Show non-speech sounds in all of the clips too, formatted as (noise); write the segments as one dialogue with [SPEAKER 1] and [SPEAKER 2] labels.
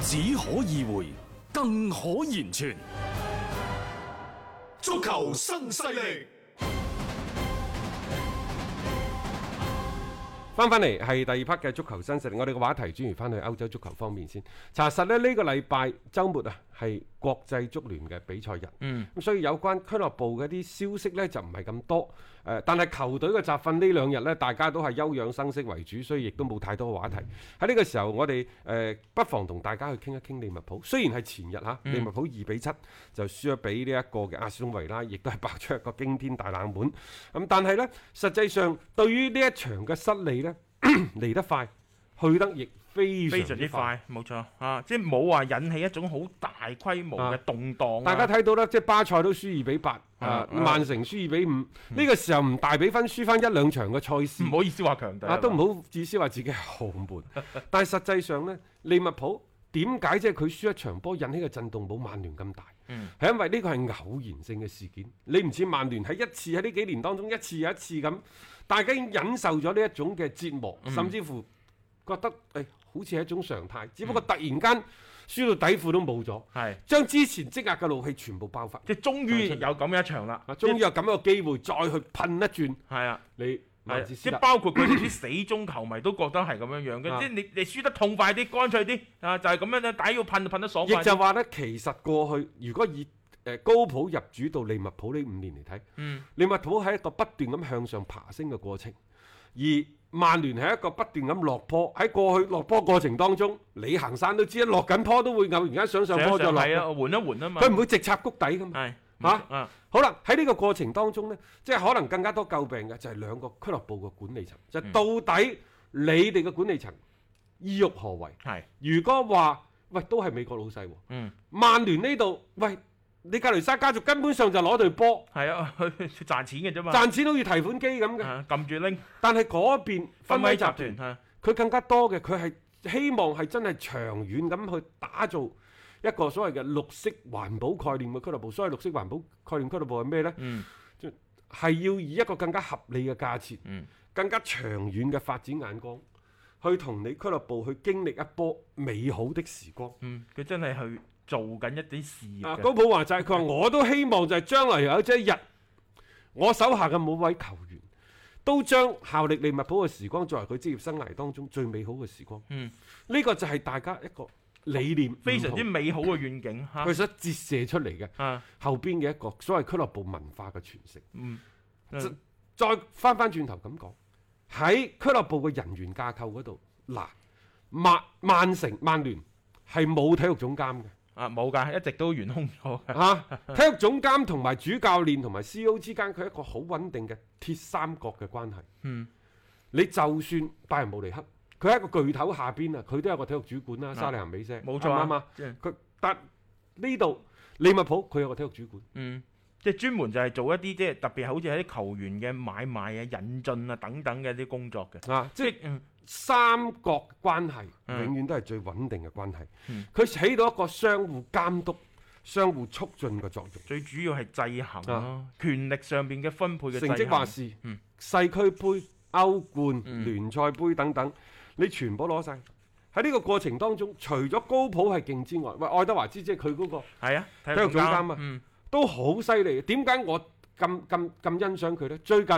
[SPEAKER 1] 只可意會，更可言傳。
[SPEAKER 2] 足球新勢力。
[SPEAKER 3] 翻翻嚟係第二 part 嘅足球新勢力，我哋嘅話題轉移翻去歐洲足球方面先。查實咧，呢、個禮拜週末啊，係國際足聯嘅比賽日，嗯，咁所以有關俱樂部嘅啲消息呢，就唔係咁多。誒、呃但係球隊嘅集訓呢兩日呢，大家都係休養生息為主，所以亦都冇太多話題。喺呢個時候，我哋誒、呃不妨同大家去傾一傾利物浦。雖然係前日嚇，利物浦二比七就輸咗俾呢一個嘅阿斯通維拉，亦都係爆出一個驚天大冷門。咁但係呢，實際上對於呢一場嘅失利呢， (coughs) 嚟得快，去得亦非
[SPEAKER 4] 非
[SPEAKER 3] 常
[SPEAKER 4] 常
[SPEAKER 3] 之
[SPEAKER 4] 之
[SPEAKER 3] 快。
[SPEAKER 4] 快，冇錯啊！即係冇話引起一種好大規模
[SPEAKER 3] 啊
[SPEAKER 4] 嘅動盪、啊。
[SPEAKER 3] 大家睇到啦，即係巴塞都輸二比八，啊
[SPEAKER 4] 啊，嗯
[SPEAKER 3] 曼城輸二比五。呢個時候唔大比分，輸翻一兩場嘅賽事
[SPEAKER 4] 唔，好意思話強隊
[SPEAKER 3] 啊，都唔好自私話自己係豪門。 (laughs) 但係實際上呢，利物浦點解即係佢輸一場波引起嘅震動冇曼聯咁大？
[SPEAKER 4] 嗯
[SPEAKER 3] 係因為呢個係偶然性嘅事件。你唔似曼聯喺一次喺呢幾年當中一次又一次咁，大家已經忍受咗呢一種嘅折磨，
[SPEAKER 4] 嗯
[SPEAKER 3] 甚至乎覺得誒、哎好似係一種常態。只
[SPEAKER 4] 嗯
[SPEAKER 3] 不過突然間輸到底褲都冇咗，
[SPEAKER 4] 係
[SPEAKER 3] 將之前積壓嘅怒氣全部爆發。
[SPEAKER 4] 即係終於有咁樣一場啦，
[SPEAKER 3] 啊，終於有咁嘅機會再去噴一轉
[SPEAKER 4] 係啊。
[SPEAKER 3] 你
[SPEAKER 4] 係
[SPEAKER 3] 曼徹斯
[SPEAKER 4] 即
[SPEAKER 3] 特
[SPEAKER 4] 係包括佢哋啲死忠球迷都覺得係咁樣樣
[SPEAKER 3] 啊
[SPEAKER 4] 嘅，即係你你輸得痛快啲、乾脆啲啊，就係咁樣啦，打要噴就噴得爽快
[SPEAKER 3] 亦就
[SPEAKER 4] 啲。
[SPEAKER 3] 話呢，其實過去如果以誒、呃高普入主到利物浦呢五年嚟睇，
[SPEAKER 4] 嗯
[SPEAKER 3] 利物浦係一個不斷咁向上爬升嘅過程，而曼聯係一個不斷咁落坡。喺過去落坡過程當中，你行山都知啦，落緊坡都會偶然間上上坡就
[SPEAKER 4] 上
[SPEAKER 3] 落
[SPEAKER 4] 係
[SPEAKER 3] 㗎，
[SPEAKER 4] 啊，換一換啊嘛。
[SPEAKER 3] 佢唔會直插谷底噶嘛。
[SPEAKER 4] 係
[SPEAKER 3] 嚇
[SPEAKER 4] 啊
[SPEAKER 3] 好啦，喺呢個過程當中呢，即係可能更加多詬病嘅就係兩個俱樂部嘅管理層，就
[SPEAKER 4] 嗯
[SPEAKER 3] 係到底你哋嘅管理層意欲何為？
[SPEAKER 4] 係
[SPEAKER 3] 如果話喂都係美國老細喎，
[SPEAKER 4] 嗯
[SPEAKER 3] 曼聯呢度喂你格雷沙家族根本上就攞隊波
[SPEAKER 4] 係啊， (laughs) 佢佢賺錢嘅啫嘛，
[SPEAKER 3] 賺錢都要提款機咁嘅，
[SPEAKER 4] 啊撳住拎
[SPEAKER 3] 但係嗰邊分威集團
[SPEAKER 4] 分係
[SPEAKER 3] 佢更加多嘅佢係希望係真係長遠咁去打造。一個所謂嘅綠色環保概念嘅俱樂部，所謂綠色環保概念俱樂部係咩呢？
[SPEAKER 4] 嗯
[SPEAKER 3] 係要以一個更加合理嘅價錢、
[SPEAKER 4] 嗯
[SPEAKER 3] 更加長遠嘅發展眼光，去同你俱樂部去經歷一波美好的時光。
[SPEAKER 4] 嗯，佢真係去做緊一啲事業
[SPEAKER 3] 啊，
[SPEAKER 4] 嘅
[SPEAKER 3] 高普話就係佢話，我都希望就係將來有朝一日，我手下嘅每位球員都將效力利物浦嘅時光作為佢職業生涯當中最美好嘅時光。
[SPEAKER 4] 嗯，
[SPEAKER 3] 呢個就係大家一個理念
[SPEAKER 4] 非常之
[SPEAKER 3] 唔
[SPEAKER 4] 美好嘅願景嚇
[SPEAKER 3] 同佢所折射出嚟嘅
[SPEAKER 4] 啊，
[SPEAKER 3] 後邊嘅一個所謂俱樂部文化嘅傳承。
[SPEAKER 4] 嗯，
[SPEAKER 3] 即
[SPEAKER 4] 嗯
[SPEAKER 3] 再翻翻轉頭咁講，喺俱樂部嘅人員架構嗰度，嗱，曼曼城、曼聯係冇體育總監嘅。
[SPEAKER 4] 啊冇㗎，一直都懸空咗 (laughs) 嘅，
[SPEAKER 3] 嚇、體育總監同埋主教練同埋 C.O. 之間，佢一個好穩定嘅鐵三角嘅關係。
[SPEAKER 4] 嗯，
[SPEAKER 3] 你就算拜仁慕尼黑，佢喺一個巨頭下邊啊，佢都有個體育主管啦，沙利行美啫，
[SPEAKER 4] 冇錯啊
[SPEAKER 3] 啱唔啱啊？
[SPEAKER 4] 即係
[SPEAKER 3] 佢但呢度利物浦佢有個體育主管，
[SPEAKER 4] 嗯。即係專門就係做一啲即係特別好似係啲球員嘅買賣啊、引進啊等等嘅啲工作嘅，
[SPEAKER 3] 啊，即
[SPEAKER 4] 即
[SPEAKER 3] 係
[SPEAKER 4] 係嗯
[SPEAKER 3] 三角關係
[SPEAKER 4] 嗯
[SPEAKER 3] 永遠都係最穩定嘅關係
[SPEAKER 4] 嗯。
[SPEAKER 3] 佢起到一個相互監督、相互促進嘅作用。
[SPEAKER 4] 最主要係制衡咯
[SPEAKER 3] 啊，
[SPEAKER 4] 權力上邊嘅分配嘅
[SPEAKER 3] 成
[SPEAKER 4] 制
[SPEAKER 3] 績話
[SPEAKER 4] 衡。
[SPEAKER 3] 事
[SPEAKER 4] 嗯，
[SPEAKER 3] 世俱杯、歐冠、
[SPEAKER 4] 嗯
[SPEAKER 3] 聯賽杯等等，你全部攞晒。喺呢個過程當中，除咗高普係勁之外，喂，愛德華之即係佢嗰個
[SPEAKER 4] 係啊，體
[SPEAKER 3] 體育總監啊
[SPEAKER 4] 嗯
[SPEAKER 3] 都好犀利。點解我咁咁咁欣賞佢呢？最近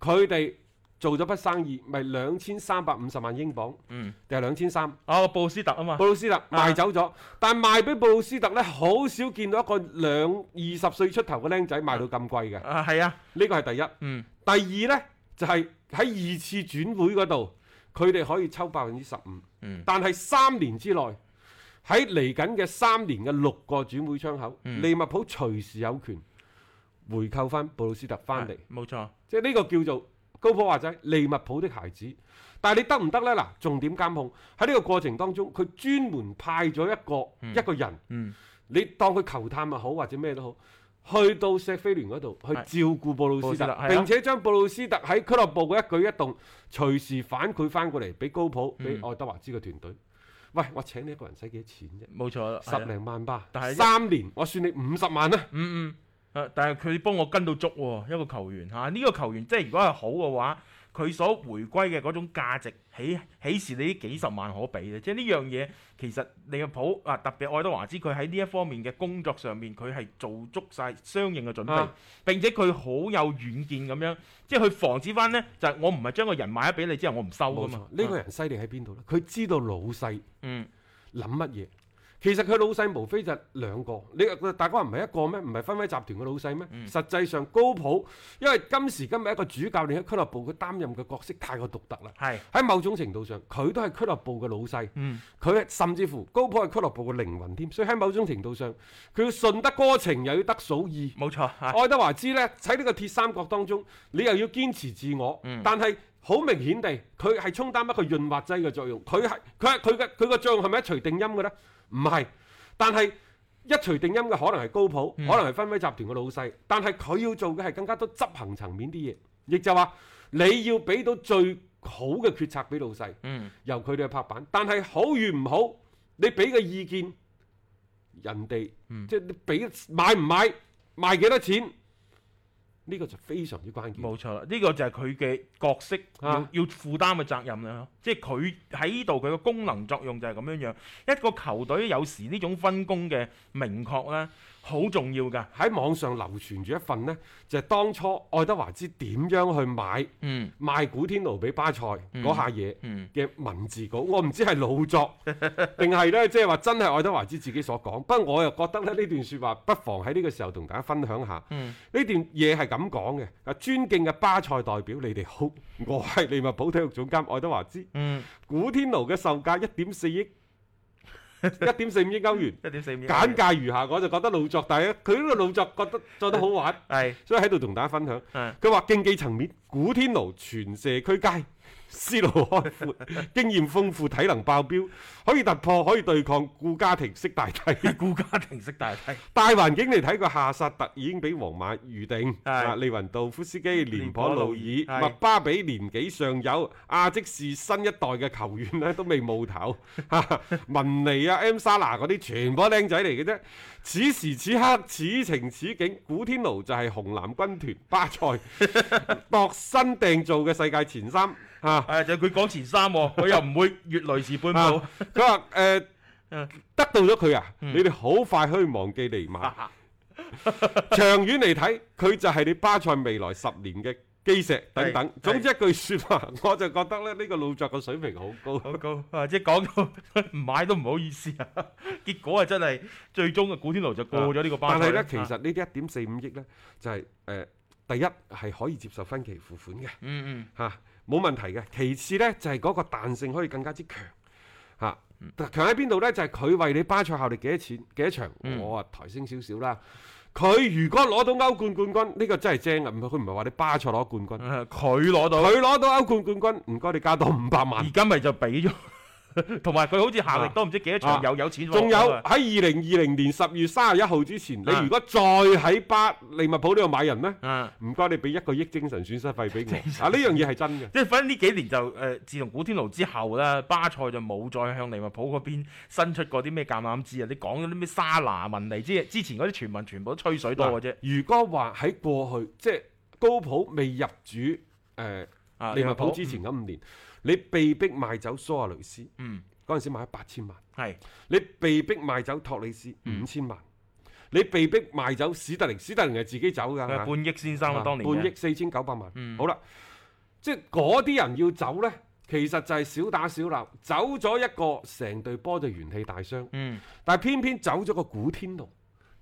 [SPEAKER 3] 佢哋做咗筆生意，咪兩千三百五十萬英鎊，
[SPEAKER 4] 嗯，
[SPEAKER 3] 定係兩千三？
[SPEAKER 4] 啊，布斯特啊嘛
[SPEAKER 3] 布，魯斯特賣走咗，但賣俾布魯斯特呢，好少見到一個兩二十歲出頭嘅僆仔賣到咁貴嘅，
[SPEAKER 4] 啊係啊，
[SPEAKER 3] 呢個係第一。
[SPEAKER 4] 嗯，
[SPEAKER 3] 第二呢，就係、喺二次轉會嗰度，佢哋可以抽百分之十五，
[SPEAKER 4] 嗯
[SPEAKER 3] 但係三年之內喺嚟緊嘅三年嘅六個轉會窗口，
[SPEAKER 4] 嗯
[SPEAKER 3] 利物浦隨時有權回購翻布魯斯特翻嚟，
[SPEAKER 4] 啊冇錯，
[SPEAKER 3] 即係呢個叫做高普話齋利物浦的孩子。但係你得唔得呢？嗱，重點監控喺呢個過程當中，佢專門派咗一個、一個人，
[SPEAKER 4] 嗯，
[SPEAKER 3] 你當佢球探又好或者咩都好，去到石飛聯嗰度去照顧布魯斯
[SPEAKER 4] 布魯斯特係
[SPEAKER 3] 特，
[SPEAKER 4] 啊
[SPEAKER 3] 並且將布魯斯特喺俱樂部嘅一舉一動隨時反饋翻過嚟俾高普、
[SPEAKER 4] 嗯
[SPEAKER 3] 俾愛德華茲嘅團隊。喂，我請你一個人使幾多錢啫？
[SPEAKER 4] 冇錯，係啊
[SPEAKER 3] 十，零萬吧
[SPEAKER 4] 但，係
[SPEAKER 3] 三年我算你五十萬啦。
[SPEAKER 4] 嗯嗯，啊，但係佢幫我跟到足喎，一個球員嚇，呢個球員即係如果係好嘅話。佢所回歸嘅嗰種價值，起起時你呢幾十萬可比嘅，即係呢樣嘢其實利物浦啊，特別愛德華茲佢喺呢一方面嘅工作上面，佢係做足晒相應嘅準備，
[SPEAKER 3] 啊
[SPEAKER 4] 並且佢好有遠見咁樣，即係去防止翻呢，就係、我唔係將個人賣咗俾你之後，我唔收噶
[SPEAKER 3] 冇錯，
[SPEAKER 4] 嘛。
[SPEAKER 3] 呢個
[SPEAKER 4] 啊
[SPEAKER 3] 人犀利喺邊度呢？佢知道老細
[SPEAKER 4] 嗯
[SPEAKER 3] 諗乜嘢。其實佢老細無非就兩個，你大家話唔係一個咩？唔係分威集團嘅老細咩？實際上高普，因為今時今日一個主教練喺俱樂部佢擔任嘅角色太過獨特啦。
[SPEAKER 4] 係
[SPEAKER 3] 喺某種程度上，佢都係俱樂部嘅老細，
[SPEAKER 4] 嗯
[SPEAKER 3] 佢、甚至乎高普係俱樂部嘅靈魂添。所以喺某種程度上，佢要順得哥情，又要得嫂意。
[SPEAKER 4] 冇錯啊，
[SPEAKER 3] 愛德華茲呢，喺呢個鐵三角當中，你又要堅持自我，但係好明顯地，佢係充當一個潤滑劑嘅作用。佢係佢係佢嘅佢個作用係咪一錘定音嘅呢？唔係，但係一錘定音嘅可能係高普，可能係分威集團嘅老細，但係佢要做嘅係更加多執行層面啲嘢，亦就話你要俾到最好嘅決策俾老細，
[SPEAKER 4] 嗯
[SPEAKER 3] 由佢哋去拍板。但係好與唔好，你俾嘅意見，人哋、即係你俾買唔買，賣幾多錢，呢、個就非常之關鍵。
[SPEAKER 4] 冇錯啦，呢、個就係佢嘅角色要、
[SPEAKER 3] 啊
[SPEAKER 4] 要負擔嘅責任啦。即係佢喺呢度佢嘅功能作用就係咁樣樣。一個球隊有時呢種分工嘅明確咧，好重要㗎。
[SPEAKER 3] 喺網上流傳住一份呢，就係、當初愛德華茲點樣去買
[SPEAKER 4] 嗯
[SPEAKER 3] 賣古天奴俾巴塞嗰下嘢
[SPEAKER 4] 嗯
[SPEAKER 3] 嘅文字稿，我唔知係老
[SPEAKER 4] (laughs)
[SPEAKER 3] 作定係呢，即係話真係愛德華茲自己所講。不過我又覺得咧呢段説話不妨喺呢個時候同大家分享下。
[SPEAKER 4] 嗯
[SPEAKER 3] 呢段嘢係咁講嘅，啊尊敬嘅巴塞代表，你哋好， (laughs) 我係利物浦體育總監愛德華茲。
[SPEAKER 4] 嗯，
[SPEAKER 3] 古天奴嘅售價一點四
[SPEAKER 4] (laughs)
[SPEAKER 3] 億，一點四五億歐元，
[SPEAKER 4] 一點四五
[SPEAKER 3] 簡介如下，我就覺得老作，但係佢呢個老作覺得做得好玩，
[SPEAKER 4] 係
[SPEAKER 3] 所以喺度同大家分享。
[SPEAKER 4] 係
[SPEAKER 3] 佢話競技層面，古天奴全射區街， (laughs) 思路開闊，經驗豐富，體能爆表，可以突破，可以對抗，顧家庭識大體。
[SPEAKER 4] 顧家庭式大體。
[SPEAKER 3] 大環境嚟睇，個夏薩特已經俾皇馬預定，啊利雲道夫斯基、
[SPEAKER 4] 嗯
[SPEAKER 3] 廉頗路爾、
[SPEAKER 4] 係
[SPEAKER 3] 麥巴比年紀尚有，亞積士新一代嘅球員 (laughs) 咧都未冒頭，文尼啊、M 沙拿嗰啲全部都僆仔嚟嘅啫。此時此刻，此情此景，古天奴就係紅藍軍團巴塞
[SPEAKER 4] (laughs)
[SPEAKER 3] 度身訂造嘅世界前三啊嚇。
[SPEAKER 4] 係就係佢講前
[SPEAKER 3] (laughs)
[SPEAKER 4] 三喎，佢又唔會越雷池半步。
[SPEAKER 3] 啊佢話誒
[SPEAKER 4] 嗯啊
[SPEAKER 3] 得到咗佢啊，你哋好快可以忘記尼馬。長遠嚟睇，佢就係你巴塞未來十年嘅基石等等。
[SPEAKER 4] 係
[SPEAKER 3] 總之一句説話，我就覺得咧呢個老作嘅水平好高。
[SPEAKER 4] 好高啊！即係講到 (laughs) 唔買都唔好意思啊！ (laughs) 結果啊，真係最終嘅古天奴就過咗呢個巴
[SPEAKER 3] 但
[SPEAKER 4] 塞啊
[SPEAKER 3] 係
[SPEAKER 4] 啦。
[SPEAKER 3] 咧，其實呢啲一點四五億咧，就係、誒、第一係可以接受分期付款嘅。
[SPEAKER 4] 嗯
[SPEAKER 3] 嚇冇、問題嘅。其次呢，就係、嗰個彈性可以更加之強嚇。
[SPEAKER 4] 嗯
[SPEAKER 3] 強喺邊度呢？就係、佢為你巴塞效力幾多錢幾多場，
[SPEAKER 4] 嗯
[SPEAKER 3] 我啊抬升少少啦。佢如果攞到歐冠冠軍，呢、個真係正啊！唔係佢唔係話你巴塞攞冠軍，
[SPEAKER 4] 嗯，啊佢攞到，
[SPEAKER 3] 佢攞到歐冠冠軍，唔該你加多五百萬
[SPEAKER 4] 而。家咪就俾咗， (laughs) 同埋佢好似效力多唔知幾多
[SPEAKER 3] 啊啊
[SPEAKER 4] 場，又有錢
[SPEAKER 3] 仲有喺
[SPEAKER 4] 攞啊
[SPEAKER 3] 二零二零年十月三十一號之前，你
[SPEAKER 4] 啊
[SPEAKER 3] 如果再喺巴利物浦呢度買人呢，
[SPEAKER 4] 啊！
[SPEAKER 3] 唔該你俾一個億精神損失費俾我。啊，呢樣嘢係真嘅。
[SPEAKER 4] 即係反正呢幾年就誒、呃自從古天奴之後啦，巴塞就冇再向利物浦嗰邊伸出過啲咩橄欖枝啊！你講嗰啲咩沙拿文尼之之前嗰啲傳聞，全部都吹
[SPEAKER 3] 啊
[SPEAKER 4] 水多嘅啫。
[SPEAKER 3] 如果話喺過去即係高普未入主誒、呃
[SPEAKER 4] 啊
[SPEAKER 3] 利物浦之前嗰五年，你被逼賣走蘇亞雷斯，
[SPEAKER 4] 嗯
[SPEAKER 3] 嗰陣時買咗八千萬；
[SPEAKER 4] 係
[SPEAKER 3] 你被逼賣走托里斯
[SPEAKER 4] 嗯
[SPEAKER 3] 五千萬；你被逼賣
[SPEAKER 4] 啊
[SPEAKER 3] 走史特靈，史特靈係自己走㗎，
[SPEAKER 4] 半億先生啊，當年
[SPEAKER 3] 啊半
[SPEAKER 4] 嘅
[SPEAKER 3] 億四千九百萬。好啦，即係嗰啲人要走呢，其實就係小打小鬧，走咗一個成隊波就元氣大傷。
[SPEAKER 4] 嗯，
[SPEAKER 3] 但係偏偏走咗個古天奴，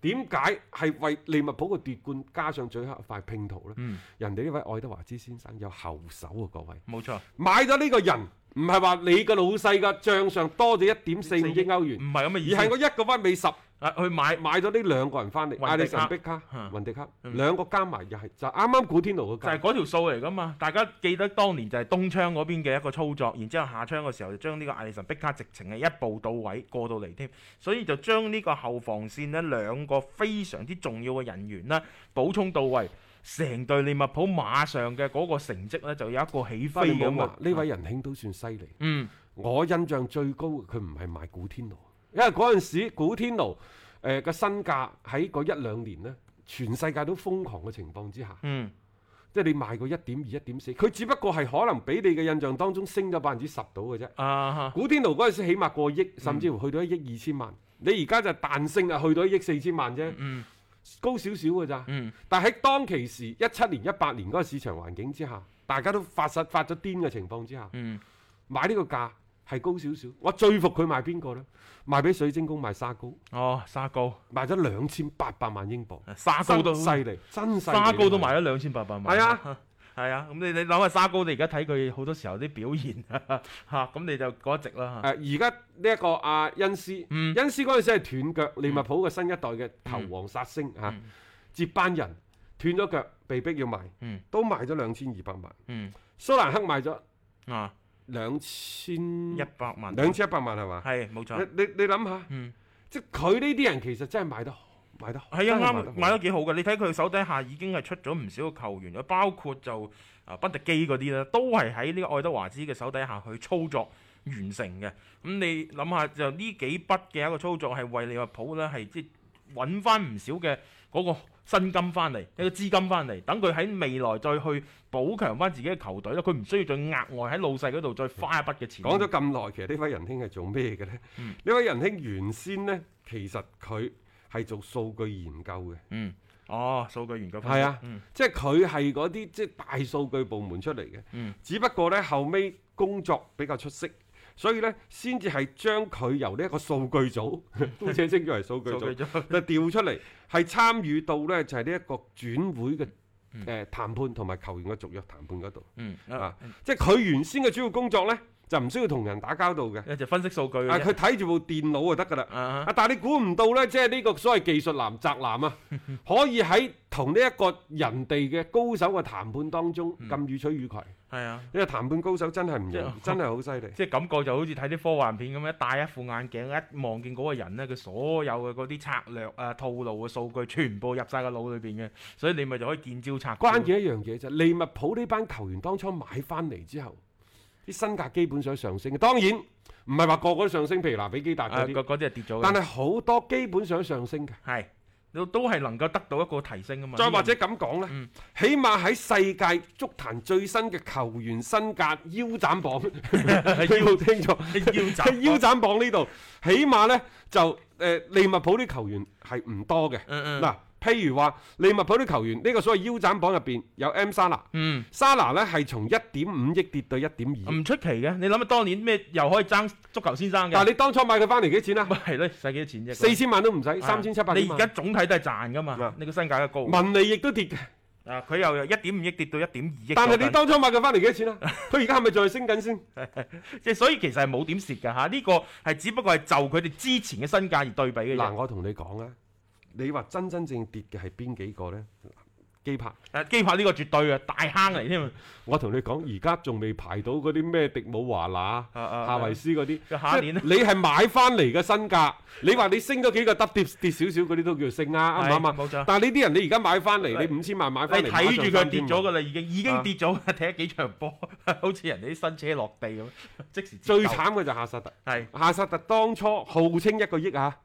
[SPEAKER 3] 點解係為利物浦嘅奪冠加上最後一塊拼圖呢？
[SPEAKER 4] 嗯
[SPEAKER 3] 人哋呢位愛德華茲先生有後手啊，各位
[SPEAKER 4] 冇錯，
[SPEAKER 3] 買咗呢個人，唔係話你個老細嘅帳上多咗一點四五億歐
[SPEAKER 4] 唔
[SPEAKER 3] 元，
[SPEAKER 4] 係咁嘅意
[SPEAKER 3] 而
[SPEAKER 4] 思，
[SPEAKER 3] 係我一個屈美十。
[SPEAKER 4] 啊去買
[SPEAKER 3] 買咗呢兩個人翻嚟，
[SPEAKER 4] 雲迪克
[SPEAKER 3] 艾力神、碧卡
[SPEAKER 4] 嗯、
[SPEAKER 3] 雲迪克
[SPEAKER 4] 嗯
[SPEAKER 3] 兩個加埋又係就啱啱古天奴
[SPEAKER 4] 就
[SPEAKER 3] 嗰價，
[SPEAKER 4] 係嗰條數嚟噶嘛。大家記得當年就係東窗嗰邊嘅一個操作，然之後下窗嘅時候就將呢個艾利臣碧卡直情係一步到位過到嚟添，所以就將呢個後防線呢兩個非常之重要嘅人員啦補充到位。成隊利物浦馬上嘅嗰個成績呢，就有一個起
[SPEAKER 3] 不過
[SPEAKER 4] 飛
[SPEAKER 3] 你
[SPEAKER 4] 咁
[SPEAKER 3] 冇
[SPEAKER 4] 啊
[SPEAKER 3] 話！呢位仁兄都算犀利。
[SPEAKER 4] 嗯
[SPEAKER 3] 我印象最高嘅佢唔係賣古天奴，因為嗰陣時古天奴誒嘅身價喺嗰一兩年呢，全世界都瘋狂嘅情況之下，
[SPEAKER 4] 嗯
[SPEAKER 3] 即係你賣過一點二、一點四，佢只不過係可能比你嘅印象當中升咗百分之十到嘅啫。
[SPEAKER 4] 啊哈
[SPEAKER 3] 古天奴嗰陣時起碼過
[SPEAKER 4] 嗯
[SPEAKER 3] 億，甚至乎去到一億二千萬。你而家就彈性啊，去到一億四千萬啫。
[SPEAKER 4] 嗯
[SPEAKER 3] 高少少嘅咋。
[SPEAKER 4] 嗯
[SPEAKER 3] 但喺當其時一七年、一八年嗰個市場環境之下，大家都發實發咗癲嘅情況之下，
[SPEAKER 4] 嗯
[SPEAKER 3] 買呢個價係高少少。我最服佢賣邊個呢？賣俾水晶宮賣沙高，
[SPEAKER 4] 哦沙高
[SPEAKER 3] 賣咗兩千八百萬英鎊，
[SPEAKER 4] 沙高都
[SPEAKER 3] 真犀利，真犀利。
[SPEAKER 4] 沙高都賣咗兩千八百萬。
[SPEAKER 3] 係啊，
[SPEAKER 4] 係啊，咁你你諗下沙高，你而家睇佢好多時候啲表現嚇，咁你就嗰一值啦嚇。
[SPEAKER 3] 誒而家呢一個阿恩斯，
[SPEAKER 4] 嗯
[SPEAKER 3] 恩斯嗰陣時係斷腳，利物浦嘅新一代嘅頭王殺星嚇，接班人斷咗腳，被逼要賣
[SPEAKER 4] 嗯，
[SPEAKER 3] 都賣咗兩千二百萬。
[SPEAKER 4] 嗯
[SPEAKER 3] 蘇蘭克賣咗
[SPEAKER 4] 啊，
[SPEAKER 3] 兩千
[SPEAKER 4] 一百萬
[SPEAKER 3] 兩千一百萬係嘛？
[SPEAKER 4] 係冇錯，
[SPEAKER 3] 你你你諗下，
[SPEAKER 4] 嗯
[SPEAKER 3] 即係佢呢啲人其實真係賣得好賣得好，
[SPEAKER 4] 係
[SPEAKER 3] 真
[SPEAKER 4] 啊，
[SPEAKER 3] 係
[SPEAKER 4] 啱買
[SPEAKER 3] 賣得
[SPEAKER 4] 得幾好嘅。你睇佢手底下已經係出咗唔少嘅球員啦，包括就啊賓迪基嗰啲啦，都係喺呢個愛德華茲嘅手底下去操作。完成嘅，咁你諗下就呢幾筆嘅一個操作係為利物浦呢，係即係揾翻唔少嘅嗰個薪金翻嚟，一個資金翻嚟，等佢喺未來再去補強翻自己嘅球隊啦。佢唔需要再額外喺老細嗰度再花一筆嘅錢。
[SPEAKER 3] 講咗咁耐，其實呢位仁兄係做咩嘅呢？
[SPEAKER 4] 嗯
[SPEAKER 3] 呢位仁兄原先呢，其實佢係做數據研究嘅，
[SPEAKER 4] 嗯，哦，數據研究分析
[SPEAKER 3] 係啊
[SPEAKER 4] 嗯
[SPEAKER 3] 即係佢係嗰啲即係大數據部門出嚟嘅。
[SPEAKER 4] 嗯
[SPEAKER 3] 只不過呢，後尾工作比較出色。所以呢，先至係將佢由呢一個數據組， (laughs) 姑且稱佢為數據
[SPEAKER 4] 數據
[SPEAKER 3] 組，
[SPEAKER 4] 組
[SPEAKER 3] 就調出嚟，係參與到呢，就係呢一個轉會嘅
[SPEAKER 4] 嗯
[SPEAKER 3] 誒談判同埋球員嘅續約談判嗰度。
[SPEAKER 4] 嗯
[SPEAKER 3] 啊
[SPEAKER 4] 啊，
[SPEAKER 3] 即係佢原先嘅主要工作呢，就唔需要同人打交道嘅，
[SPEAKER 4] 一就分析數據嘅
[SPEAKER 3] 啊
[SPEAKER 4] 啫
[SPEAKER 3] 佢睇住部電腦就得㗎啦。
[SPEAKER 4] 啊
[SPEAKER 3] 啊！但係你估唔到呢，即係呢個所謂技術男宅男
[SPEAKER 4] (laughs)
[SPEAKER 3] 啊，可以喺同呢一個人哋嘅高手嘅談判當中
[SPEAKER 4] 嗯
[SPEAKER 3] 咁予取予攜。呢
[SPEAKER 4] 係啊，
[SPEAKER 3] 個談判高手真係唔容易，
[SPEAKER 4] 即係
[SPEAKER 3] 真係好犀利。
[SPEAKER 4] 即係感覺就好似睇啲科幻片咁樣，戴一副眼鏡，一望見嗰個人咧，佢所有嘅嗰啲策略啊、套路嘅數據，全部入晒個腦裏邊嘅，所以你咪就可以見招拆招
[SPEAKER 3] 關鍵一樣嘢就係利物浦呢班球員當初買翻嚟之後，啲身價基本上上升嘅。當然唔係話個個都上升，譬如嗱比基達
[SPEAKER 4] 啊
[SPEAKER 3] 嗰啲，
[SPEAKER 4] 嗰嗰啲係跌咗嘅，
[SPEAKER 3] 但係好多基本上上升嘅。
[SPEAKER 4] 係都都係能夠得到一個提升啊嘛。
[SPEAKER 3] 再或
[SPEAKER 4] (laughs)
[SPEAKER 3] 者
[SPEAKER 4] 呢
[SPEAKER 3] 咁講呢，
[SPEAKER 4] 嗯
[SPEAKER 3] 起碼喺世界足壇最新嘅球員身價腰斬榜，你冇 (laughs) 聽錯，
[SPEAKER 4] 個人腰斬
[SPEAKER 3] 腰斬榜呢度，起碼呢就誒、呃利物浦啲球員係唔多嘅。
[SPEAKER 4] 嗯嗯
[SPEAKER 3] 嗱，譬如話利物浦啲球員呢、個所謂腰斬榜入邊有 M 沙拿，
[SPEAKER 4] 嗯。
[SPEAKER 3] 沙拿呢係從一點五億跌到一點二，
[SPEAKER 4] 唔出奇嘅，你諗下當年咩又可以爭足球先生嘅，
[SPEAKER 3] 但係你當初買佢翻嚟幾錢啊
[SPEAKER 4] 咪？ (laughs) 係咯，使幾多錢啫？
[SPEAKER 3] 四千萬都唔使，
[SPEAKER 4] 啊
[SPEAKER 3] 三千七百幾
[SPEAKER 4] 你而家
[SPEAKER 3] 萬。
[SPEAKER 4] 總體都係賺噶嘛
[SPEAKER 3] 啊？
[SPEAKER 4] 你個身價嘅高，
[SPEAKER 3] 文利亦都跌嘅，
[SPEAKER 4] 啊佢又由一點五億跌到一點二億，
[SPEAKER 3] 但係你當初買佢翻嚟幾
[SPEAKER 4] (laughs)
[SPEAKER 3] 錢啊？佢而家係咪仲係升緊先？
[SPEAKER 4] 即係所以其實係冇點蝕㗎嚇，呢、個係只不過係就佢哋之前嘅身價而對比嘅
[SPEAKER 3] 嗱，
[SPEAKER 4] 啫。
[SPEAKER 3] 我同你講啊，你話真真正跌嘅係邊幾個呢？機拍，
[SPEAKER 4] 誒機拍呢個絕對嘅大坑
[SPEAKER 3] (laughs)
[SPEAKER 4] 嚟添啊
[SPEAKER 3] 我同你講，而家仲未排到嗰啲咩迪姆華拿、
[SPEAKER 4] 啊啊
[SPEAKER 3] 夏維斯嗰啲，
[SPEAKER 4] 啊下一年呢
[SPEAKER 3] 即係你係買翻嚟嘅身價，你話你升咗幾個得跌跌少少嗰啲都叫升啊，啱唔啱啊？
[SPEAKER 4] 係冇錯
[SPEAKER 3] 但係呢啲人你而家買翻嚟，
[SPEAKER 4] 你
[SPEAKER 3] 你五千萬買翻
[SPEAKER 4] 你
[SPEAKER 3] 嚟，
[SPEAKER 4] 睇住佢跌咗㗎
[SPEAKER 3] 嘅。
[SPEAKER 4] 啦，已經已
[SPEAKER 3] 啊
[SPEAKER 4] 經跌咗㗎，踢咗幾場波， (laughs) 好似人哋啲新車落地咁，即時
[SPEAKER 3] 最
[SPEAKER 4] 慘
[SPEAKER 3] 慘嘅就係夏薩特，
[SPEAKER 4] 係
[SPEAKER 3] 夏薩特當初號稱一個億啊，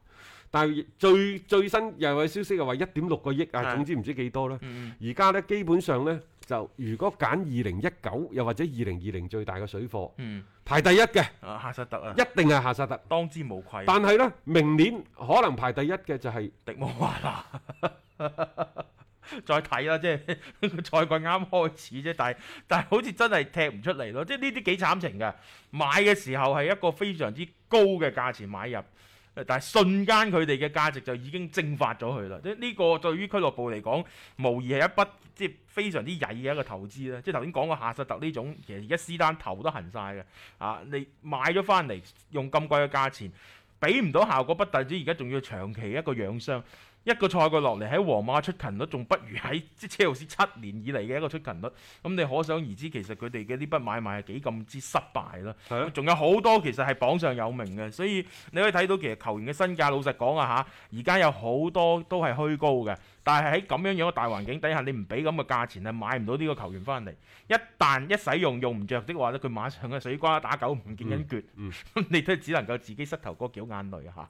[SPEAKER 3] 但係最最新又有消息又話一點六個億
[SPEAKER 4] 係
[SPEAKER 3] 啊，總之唔知幾多啦。
[SPEAKER 4] 嗯
[SPEAKER 3] 而家呢，基本上呢，就如果揀二零一九又或者二零二零最大嘅水貨，
[SPEAKER 4] 嗯
[SPEAKER 3] 排第一嘅
[SPEAKER 4] 啊夏薩特啊，
[SPEAKER 3] 一定係夏薩特。
[SPEAKER 4] 當之無愧，啊
[SPEAKER 3] 但係呢，明年可能排第一嘅就係
[SPEAKER 4] 迪姆華拿 (laughs) 再睇啦，即係 (laughs) 個賽季啱開始啫，但係但係好似真係踢唔出嚟咯，即係呢啲幾慘情嘅。買嘅時候係一個非常之高嘅價錢買入，但係瞬間佢哋嘅價值就已經蒸發咗佢啦。即係呢個對於俱樂部嚟講，無疑係一筆即係非常之曳嘅一個投資啦。即係頭先講過夏薩特呢種，其實而家斯丹頭都痕晒嘅啊！你買咗翻嚟用咁貴嘅價錢，俾唔到效果，不但止而家仲要長期一個養傷。一個賽季落嚟喺皇馬出勤率仲不如喺即係車路士七年以嚟嘅一個出勤率，咁你可想而知其實佢哋嘅呢筆買賣係幾咁之失敗啦。
[SPEAKER 3] 係啊
[SPEAKER 4] 仲有好多其實係榜上有名嘅，所以你可以睇到其實球員嘅身價，老實講啊嚇，而家有好多都係虛高嘅，但係喺咁樣樣嘅大環境底下，你唔俾咁嘅價錢係買唔到呢個球員翻嚟。一旦一使用用唔着的話咧，佢馬上嘅水瓜打狗唔見緊橛，
[SPEAKER 3] 嗯
[SPEAKER 4] (laughs) 你都只能夠自己膝頭哥繳眼淚啊嚇。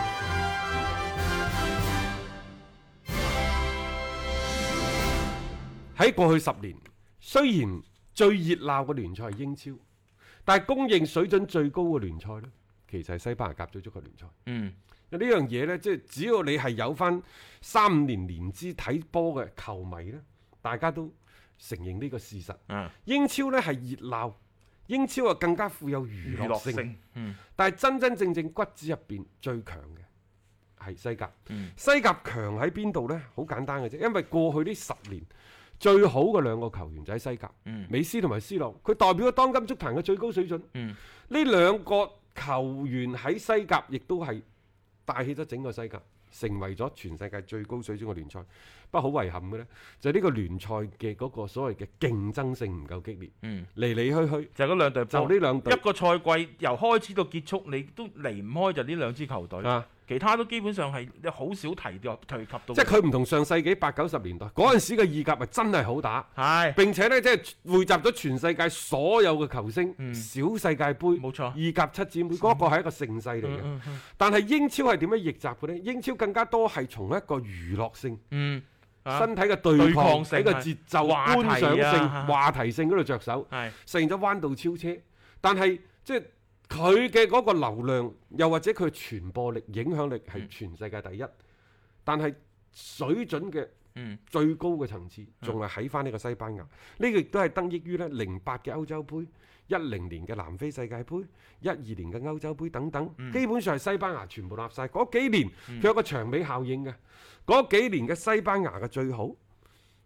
[SPEAKER 3] 喺過去十年，雖然最熱鬧嘅聯賽係英超，但係公認水準最高嘅聯賽呢，其實係西班牙甲組足球聯賽。
[SPEAKER 4] 嗯，
[SPEAKER 3] 呢樣嘢呢，即係只要你係有翻三五年年資睇波嘅球迷呢，大家都承認呢個事實。
[SPEAKER 4] 啊，
[SPEAKER 3] 英超呢係熱鬧，英超啊更加富有娛樂
[SPEAKER 4] 娛樂
[SPEAKER 3] 性。
[SPEAKER 4] 性，嗯。
[SPEAKER 3] 但係真真正正骨子入邊最強嘅係西甲。
[SPEAKER 4] 嗯
[SPEAKER 3] 西甲強喺邊度呢？好簡單嘅啫，因為過去呢十年最好嘅兩個球員就喺西甲，
[SPEAKER 4] 嗯
[SPEAKER 3] 美斯同埋斯朗，佢代表咗當今足壇嘅最高水準。呢、
[SPEAKER 4] 嗯
[SPEAKER 3] 兩個球員喺西甲亦都係帶起咗整個西甲。成為咗全世界最高水準嘅聯賽，不過好遺憾嘅呢，就係呢個聯賽嘅嗰個所謂嘅競爭性唔夠激烈，
[SPEAKER 4] 嗯，
[SPEAKER 3] 嚟嚟去去
[SPEAKER 4] 就係嗰兩隊波
[SPEAKER 3] 就呢兩隊
[SPEAKER 4] 一個賽季由開始到結束，你都離唔開就呢兩支球隊，
[SPEAKER 3] 啊。
[SPEAKER 4] 其他都基本上係你好少提到提及到。
[SPEAKER 3] 即係佢唔同上世紀八九十年代嗰陣時嘅意甲係真係好打，
[SPEAKER 4] 係
[SPEAKER 3] 並且呢，即係匯集咗全世界所有嘅球星，
[SPEAKER 4] 嗯
[SPEAKER 3] 小世界盃、
[SPEAKER 4] 冇錯
[SPEAKER 3] 意甲七姊妹嗰、個係一個盛世嚟嘅。
[SPEAKER 4] 嗯嗯
[SPEAKER 3] 但係英超係點樣逆襲嘅呢？英超更加多係從一個娛樂性、
[SPEAKER 4] 嗯啊
[SPEAKER 3] 身體嘅
[SPEAKER 4] 對
[SPEAKER 3] 對
[SPEAKER 4] 抗
[SPEAKER 3] 抗、
[SPEAKER 4] 性
[SPEAKER 3] 喺個節奏、
[SPEAKER 4] 話題
[SPEAKER 3] 觀
[SPEAKER 4] 啊
[SPEAKER 3] 賞性、
[SPEAKER 4] 啊
[SPEAKER 3] 話題性嗰度着手，
[SPEAKER 4] 係
[SPEAKER 3] 實現咗彎道超車。但係即係佢嘅嗰個流量，又或者佢傳播力、影響力係
[SPEAKER 4] 嗯
[SPEAKER 3] 全世界第一，但係水準嘅。
[SPEAKER 4] 嗯
[SPEAKER 3] 最高嘅層次，仲係喺翻呢個西班牙。呢、個亦都係得益於咧零八嘅歐洲杯、一零年嘅南非世界盃、一二年嘅歐洲杯等等，基本上係西班牙全部立晒。嗰幾年佢有個長尾效應嘅，嗰幾年嘅西班牙嘅最好。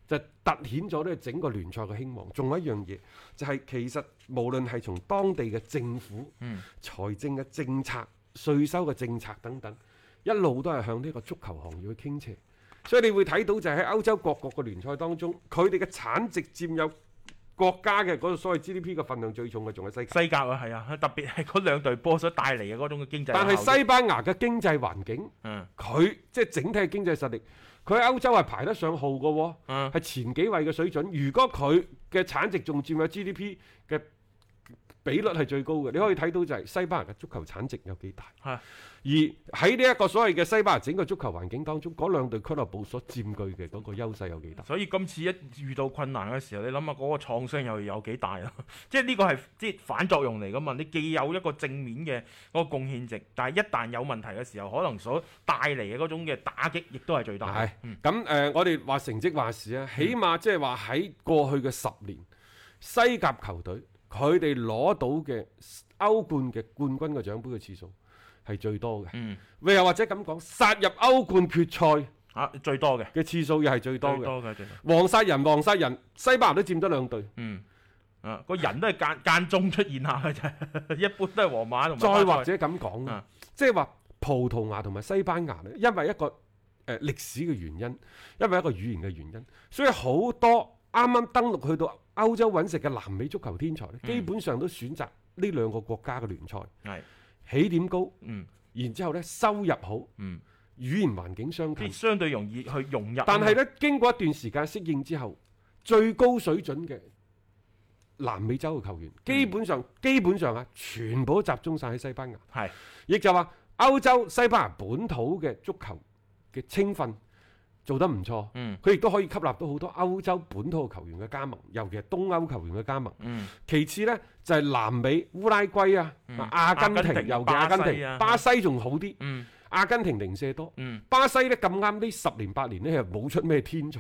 [SPEAKER 3] 就突顯咗呢整個聯賽嘅興旺，仲有一樣嘢就係、其實無論係從當地嘅政府、
[SPEAKER 4] 嗯
[SPEAKER 3] 財政嘅政策、稅收嘅政策等等，一路都係向呢個足球行業去傾斜。所以你會睇到就係喺歐洲各國嘅聯賽當中，佢哋嘅產值佔有國家嘅嗰個所謂 GDP 嘅份量最重嘅，仲係西甲。
[SPEAKER 4] 西甲啊，係啊，特別係嗰兩隊波所帶嚟嘅嗰種嘅經濟。
[SPEAKER 3] 但係西，班牙嘅經濟環境，
[SPEAKER 4] 嗯
[SPEAKER 3] 佢即係整體嘅經濟實力，佢喺歐洲係排得上號嘅喎，
[SPEAKER 4] 嗯
[SPEAKER 3] 係前幾位嘅水準。如果佢嘅產值仲佔有 GDP 嘅比率係最高嘅，你可以睇到就係西班牙嘅足球產值有幾大。
[SPEAKER 4] 係
[SPEAKER 3] 而喺呢一個所謂嘅西班牙整個足球環境當中，嗰兩隊俱樂部所佔據嘅嗰個優勢有幾大？
[SPEAKER 4] 所以今次一遇到困難嘅時候，你諗下嗰個創傷又有幾大咯？啊 (laughs) 即係呢個係即係反作用嚟噶嘛？你既有一個正面嘅嗰個貢獻值，但係一旦有問題嘅時候，可能所帶嚟嘅嗰種嘅打擊，亦都係最大
[SPEAKER 3] 係
[SPEAKER 4] 嘅。嗯
[SPEAKER 3] 咁誒、呃我哋話成績話事啊，起碼即係話喺過去嘅十年，西甲球隊佢哋攞到嘅歐冠嘅冠軍嘅獎杯嘅次數係最多嘅，
[SPEAKER 4] 嗯，
[SPEAKER 3] 又或者咁講，殺入歐冠決賽
[SPEAKER 4] 啊，最多嘅。
[SPEAKER 3] 嘅次數又係最多
[SPEAKER 4] 多
[SPEAKER 3] 嘅。
[SPEAKER 4] 多嘅最多。
[SPEAKER 3] 黃殺人，黃殺人，西班牙都佔咗兩隊。
[SPEAKER 4] 嗯，啊個人都係間間中出現下嘅啫， (laughs) 一般都係皇馬同
[SPEAKER 3] 再
[SPEAKER 4] 埋巴
[SPEAKER 3] 或
[SPEAKER 4] 塞。
[SPEAKER 3] 者咁講
[SPEAKER 4] 啊
[SPEAKER 3] 啊，即係話葡萄牙同埋西班牙呢，因為一個誒、呃、歷史嘅原因，因為一個語言嘅原因，所以好多啱啱登陸去到歐洲揾食嘅南美足球天才呢，
[SPEAKER 4] 嗯
[SPEAKER 3] 基本上都選擇呢兩個國家嘅聯賽，
[SPEAKER 4] 係
[SPEAKER 3] 起點高，
[SPEAKER 4] 嗯
[SPEAKER 3] 然之後呢收入好，語
[SPEAKER 4] 嗯，
[SPEAKER 3] 言環境相
[SPEAKER 4] 即係
[SPEAKER 3] 近。
[SPEAKER 4] 相對容易去融入啊嘛。
[SPEAKER 3] 但係呢，經過一段時間適應之後，最高水準嘅南美洲嘅球
[SPEAKER 4] 嗯
[SPEAKER 3] 員，基本上基本上啊，全部都集中晒喺西班牙。
[SPEAKER 4] 係
[SPEAKER 3] 亦就話歐洲西班牙本土嘅足球嘅青訓做得唔錯，
[SPEAKER 4] 嗯
[SPEAKER 3] 佢亦都可以吸納到好多歐洲本土嘅球員嘅加盟，尤其係東歐球員嘅加盟。
[SPEAKER 4] 嗯
[SPEAKER 3] 其次呢，就係、南美烏拉圭啊、
[SPEAKER 4] 嗯
[SPEAKER 3] 阿根
[SPEAKER 4] 阿根
[SPEAKER 3] 廷，
[SPEAKER 4] 廷
[SPEAKER 3] 尤其阿根
[SPEAKER 4] 巴西
[SPEAKER 3] 廷、
[SPEAKER 4] 啊
[SPEAKER 3] 巴西仲好啲，
[SPEAKER 4] 嗯
[SPEAKER 3] 阿根廷零舍多。
[SPEAKER 4] 嗯
[SPEAKER 3] 巴西呢咁啱呢十年八年呢，係冇出咩天才，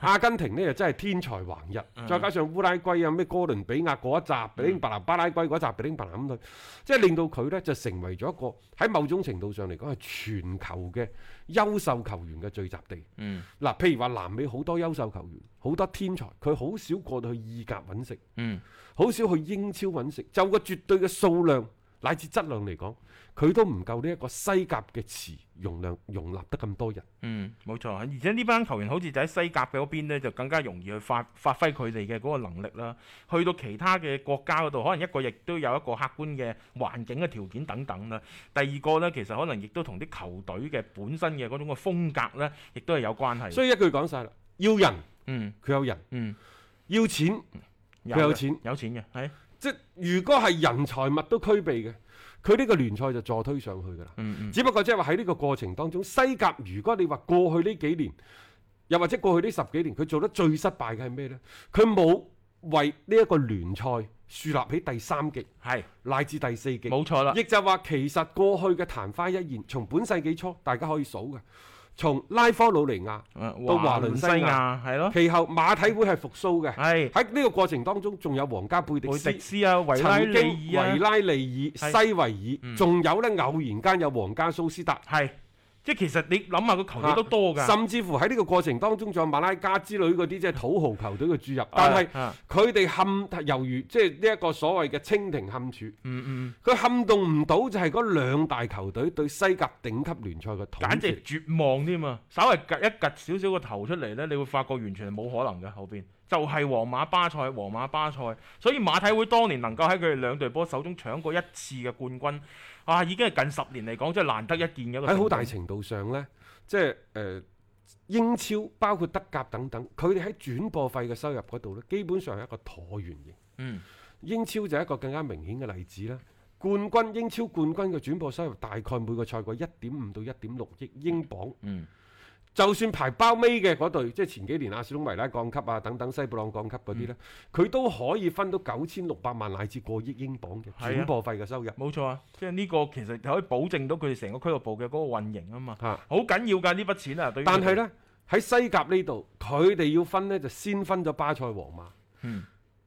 [SPEAKER 3] 阿根廷呢又真係天才橫溢，再加上烏拉圭啊咩哥倫比亞嗰一集，比拎白蘭巴拉圭嗰一集，比拎白蘭咁去，即係令到佢呢就成為咗一個喺某種程度上嚟講係全球嘅優秀球員嘅聚集地。
[SPEAKER 4] 嗯
[SPEAKER 3] 嗱，譬如話南美好多優秀球員，好多天才，佢好少過到去意甲揾食，
[SPEAKER 4] 嗯，
[SPEAKER 3] 好少去英超揾食，就個絕對嘅數量乃至質量嚟講，佢都唔夠呢一個西甲嘅池容量容納得咁多人。
[SPEAKER 4] 嗯，冇錯，而且呢班球員好似就喺西甲嘅嗰邊咧，就更加容易去發發揮佢哋嘅嗰個能力啦。去到其他嘅國家嗰度，可能一個亦都有一個客觀嘅環境嘅條件等等啦。第二個呢，其實可能亦都同啲球隊嘅本身嘅嗰種嘅風格呢，亦都係有關係。
[SPEAKER 3] 所以一句講晒啦，要人
[SPEAKER 4] 嗯
[SPEAKER 3] 佢有人，
[SPEAKER 4] 嗯，
[SPEAKER 3] 要錢
[SPEAKER 4] 嘅
[SPEAKER 3] 佢有錢
[SPEAKER 4] 有錢嘅，係
[SPEAKER 3] 即如果係人才物都俱備嘅，佢呢個聯賽就助推上去㗎啦。
[SPEAKER 4] 嗯嗯
[SPEAKER 3] 只不過即係話喺呢個過程當中，西甲如果你話過去呢幾年，又或者過去呢十幾年，佢做得最失敗嘅係咩呢？佢冇為呢一個聯賽樹立起第三極
[SPEAKER 4] 係
[SPEAKER 3] 乃至第四極，
[SPEAKER 4] 冇錯啦。
[SPEAKER 3] 亦就話其實過去嘅曇花一現，從本世紀初大家可以數嘅，從拉科魯尼亞，
[SPEAKER 4] 到
[SPEAKER 3] 華倫西亞
[SPEAKER 4] 亞係咯，
[SPEAKER 3] 其後馬體會係復甦嘅。
[SPEAKER 4] 係
[SPEAKER 3] 喺呢個過程當中，仲有皇家貝迪
[SPEAKER 4] 貝
[SPEAKER 3] 斯
[SPEAKER 4] 迪。斯啊、維拉
[SPEAKER 3] 曾經
[SPEAKER 4] 利爾啊
[SPEAKER 3] 維。拉利爾、
[SPEAKER 4] 係
[SPEAKER 3] 西維爾，
[SPEAKER 4] 嗯
[SPEAKER 3] 仲有呢偶然間有皇家蘇斯達，
[SPEAKER 4] 係，即係其實你諗下個球隊都多㗎，
[SPEAKER 3] 甚至乎喺呢個過程當中，仲有馬拉加之類嗰啲即係土豪球隊嘅注入，但係
[SPEAKER 4] 啊
[SPEAKER 3] 佢哋冚猶如即係呢一個所謂嘅蜻蜓冚柱，
[SPEAKER 4] 嗯
[SPEAKER 3] 佢撼動唔到就係嗰兩大球隊對西甲頂級聯賽嘅
[SPEAKER 4] 嗯，簡
[SPEAKER 3] 統
[SPEAKER 4] 直
[SPEAKER 3] 治。
[SPEAKER 4] 絕望添啊！稍微趌一趌少少個頭出嚟呢，你會發覺完全係冇可能嘅後邊。就係皇馬巴塞，皇馬巴塞，所以馬體會當年能夠喺佢哋兩隊波手中搶過一次嘅冠軍，啊，已經係近十年嚟講真係難得一見嘅一個
[SPEAKER 3] 喺好大
[SPEAKER 4] 成
[SPEAKER 3] 程度上呢，即係誒、呃英超包括德甲等等，佢哋喺轉播費嘅收入嗰度呢，基本上係一個橢圓形。
[SPEAKER 4] 績，嗯
[SPEAKER 3] 英超就係一個更加明顯嘅例子啦。冠軍英超冠軍嘅轉播收入大概每個賽季一點五到一點六億英鎊，
[SPEAKER 4] 嗯
[SPEAKER 3] 就算排包尾嘅嗰隊，即係前幾年阿士東維拉降級啊等等西布朗降級嗰啲呢，
[SPEAKER 4] 嗯
[SPEAKER 3] 佢、都可以分到九千六百萬乃至過億英鎊嘅
[SPEAKER 4] 係啊
[SPEAKER 3] 轉播費嘅收入。
[SPEAKER 4] 冇錯啊，即係呢個其實可以保證到佢哋成個俱樂部嘅嗰個運營啊嘛，
[SPEAKER 3] 嚇
[SPEAKER 4] 好緊要㗎呢筆錢啊，對於
[SPEAKER 3] 但
[SPEAKER 4] 佢哋
[SPEAKER 3] 係，呢，喺西甲呢度，佢哋要分呢，就先分咗巴塞、皇馬。
[SPEAKER 4] 嗯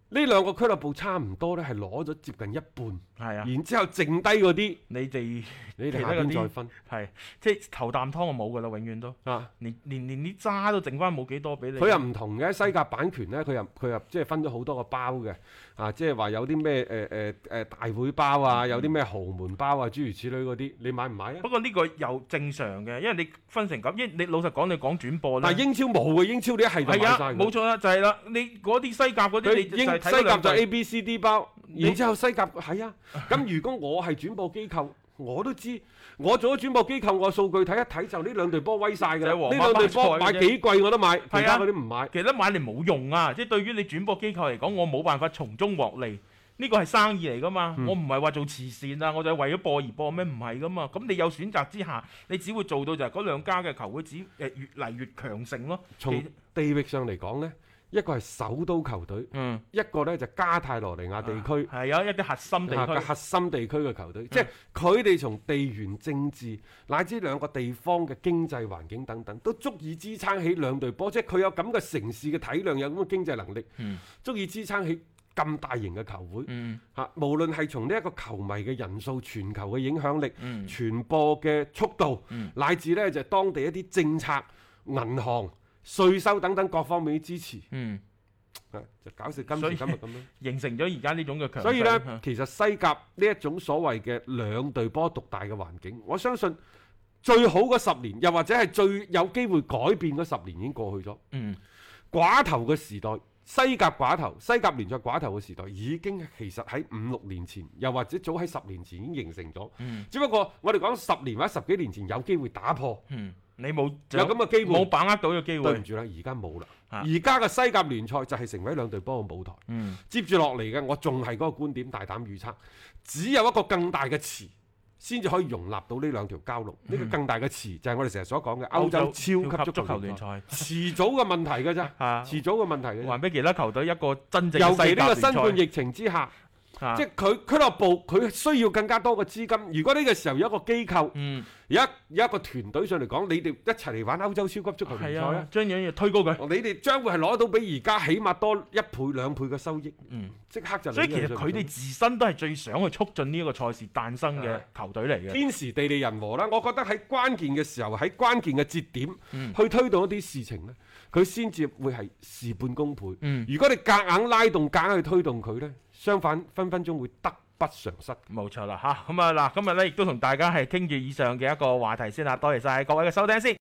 [SPEAKER 3] 呢兩個俱樂部差唔多呢，係攞咗接近一半，
[SPEAKER 4] 係啊，
[SPEAKER 3] 然之後剩低嗰啲，
[SPEAKER 4] 你哋
[SPEAKER 3] 你哋
[SPEAKER 4] 其
[SPEAKER 3] 下
[SPEAKER 4] 他
[SPEAKER 3] 邊
[SPEAKER 4] 嗰啲
[SPEAKER 3] 再分
[SPEAKER 4] 係即係頭啖湯就冇㗎啦，永遠都。
[SPEAKER 3] 啊。
[SPEAKER 4] 連連連啲渣都剩翻冇幾多俾你。
[SPEAKER 3] 佢又唔同嘅，西甲版權咧，佢又佢又即係分咗好多個包嘅，啊，即係話有啲咩誒誒誒大會包啊，有啲咩豪門包啊，諸如此類嗰啲，你買唔買啊
[SPEAKER 4] 嗯不？過呢個又正常嘅，因為你分成咁，因為你老實講，你講轉播咧
[SPEAKER 3] 但，係英超冇嘅，英超你一係就買
[SPEAKER 4] 係啊，
[SPEAKER 3] 曬
[SPEAKER 4] 冇
[SPEAKER 3] 佢。
[SPEAKER 4] 錯啦，就係啦，你嗰啲西甲嗰啲，
[SPEAKER 3] 佢
[SPEAKER 4] 你就係
[SPEAKER 3] 英
[SPEAKER 4] 睇
[SPEAKER 3] 西甲
[SPEAKER 4] 兩
[SPEAKER 3] 就
[SPEAKER 4] 隊
[SPEAKER 3] A、B、C、D 包，
[SPEAKER 4] 你
[SPEAKER 3] 然之後西甲係
[SPEAKER 4] (laughs)
[SPEAKER 3] 啊。咁如果我係轉播機構，我都知，我做咗轉播機構，我數據睇一睇就呢兩隊波威晒㗎
[SPEAKER 4] 就
[SPEAKER 3] 啦。
[SPEAKER 4] 係皇馬
[SPEAKER 3] 呢兩隊波
[SPEAKER 4] 巴
[SPEAKER 3] 買
[SPEAKER 4] 塞嘅啫
[SPEAKER 3] 幾貴我都買，其
[SPEAKER 4] 係啊
[SPEAKER 3] 他嗰啲唔買。
[SPEAKER 4] 其實買嚟冇用啊！即係對於你轉播機構嚟講，我冇辦法從中獲利，呢個係生意嚟噶嘛。
[SPEAKER 3] 嗯
[SPEAKER 4] 我唔係話做慈善啊，我就係為咗播而播咩？唔係噶嘛。咁你有選擇之下，你只會做到就係嗰兩家嘅球會只誒越嚟越強盛咯。
[SPEAKER 3] 從
[SPEAKER 4] 其
[SPEAKER 3] 地域上嚟講呢，一個係首都球隊。
[SPEAKER 4] 嗯，
[SPEAKER 3] 一個呢就加泰羅尼亞地區
[SPEAKER 4] 係啊，一啲核心地
[SPEAKER 3] 啊嘅
[SPEAKER 4] 區，嗯
[SPEAKER 3] 核心地區嘅球隊，即係佢哋從地緣政治乃至兩個地方嘅經濟環境等等，都足以支撐起兩隊波。即係佢有咁嘅城市嘅體量，有咁嘅經濟能力，
[SPEAKER 4] 嗯
[SPEAKER 3] 足以支撐起咁大型嘅球會。
[SPEAKER 4] 嗯
[SPEAKER 3] 嚇、無論係從呢一個球迷嘅人數、全球嘅影響力、
[SPEAKER 4] 嗯
[SPEAKER 3] 傳播嘅速度，
[SPEAKER 4] 嗯
[SPEAKER 3] 乃至呢就係當地一啲政策、銀行、税收等等各方面嘅支持，
[SPEAKER 4] 嗯，
[SPEAKER 3] 啊就搞成今
[SPEAKER 4] 所以
[SPEAKER 3] 時今日咁樣。
[SPEAKER 4] 形成咗而家呢種嘅強盛。
[SPEAKER 3] 所以呢
[SPEAKER 4] 嗯，
[SPEAKER 3] 其實西甲呢一種所謂嘅兩隊波獨大嘅環境，我相信最好嗰十年，又或者係最有機會改變嗰十年已經過去咗。
[SPEAKER 4] 嗯
[SPEAKER 3] 寡頭嘅時代，西甲寡頭、西甲聯賽寡頭嘅時代已經其實喺五六年前，又或者早喺十年前已經形成咗。
[SPEAKER 4] 嗯
[SPEAKER 3] 只不過我哋講十年或者十幾年前有機會打破，
[SPEAKER 4] 嗯你冇
[SPEAKER 3] 有咁嘅機會
[SPEAKER 4] 冇把握到呢個機
[SPEAKER 3] 對唔
[SPEAKER 4] 會。
[SPEAKER 3] 住啦，而家冇啦。
[SPEAKER 4] 啊
[SPEAKER 3] 而家嘅西甲聯賽就係成為兩隊波嘅舞台。
[SPEAKER 4] 嗯
[SPEAKER 3] 接住落嚟嘅，我仲係嗰個觀點，大膽預測，只有一個更大嘅池，先至可以容納到呢兩條交路。
[SPEAKER 4] 嗯
[SPEAKER 3] 呢、個更大嘅池就係我哋成日所講嘅歐洲超級足球聯
[SPEAKER 4] 聯
[SPEAKER 3] 賽，
[SPEAKER 4] 賽，
[SPEAKER 3] 遲早嘅問題㗎咋，
[SPEAKER 4] 啊
[SPEAKER 3] 遲早嘅問題㗎咋
[SPEAKER 4] 還。俾其他球隊一個真正
[SPEAKER 3] 尤其
[SPEAKER 4] 嘅西
[SPEAKER 3] 呢
[SPEAKER 4] 甲
[SPEAKER 3] 個
[SPEAKER 4] 聯賽
[SPEAKER 3] 新冠疫情之下，
[SPEAKER 4] 啊
[SPEAKER 3] 即係佢俱樂部佢需要更加多嘅資金。如果呢個時候有一個機構，
[SPEAKER 4] 嗯
[SPEAKER 3] 有一有一個團隊上嚟講，你哋一齊嚟玩歐洲超級足球聯
[SPEAKER 4] 係
[SPEAKER 3] 賽啊哦
[SPEAKER 4] 啊，！將樣嘢推高佢。
[SPEAKER 3] 你哋將會係攞到比而家起碼多一倍兩倍嘅收益，
[SPEAKER 4] 嗯
[SPEAKER 3] 即刻就嚟
[SPEAKER 4] 所以其實
[SPEAKER 3] 呢樣
[SPEAKER 4] 佢哋
[SPEAKER 3] 嘢
[SPEAKER 4] 自身都係最想去促進呢一個賽事誕生嘅
[SPEAKER 3] 係
[SPEAKER 4] 球隊嚟嘅。
[SPEAKER 3] 天時地利人和啦，我覺得喺關鍵嘅時候，喺關鍵嘅節點、
[SPEAKER 4] 嗯
[SPEAKER 3] 去推動一啲事情呢，佢先至會係事半功倍。
[SPEAKER 4] 嗯
[SPEAKER 3] 如果你夾硬拉動、夾硬去推動佢呢，相反分分鐘會得不償失。
[SPEAKER 4] 冇錯啦吓，咁啊嗱，今日咧亦都同大家係傾住以上嘅一個話題先啦，多謝晒各位嘅收聽先。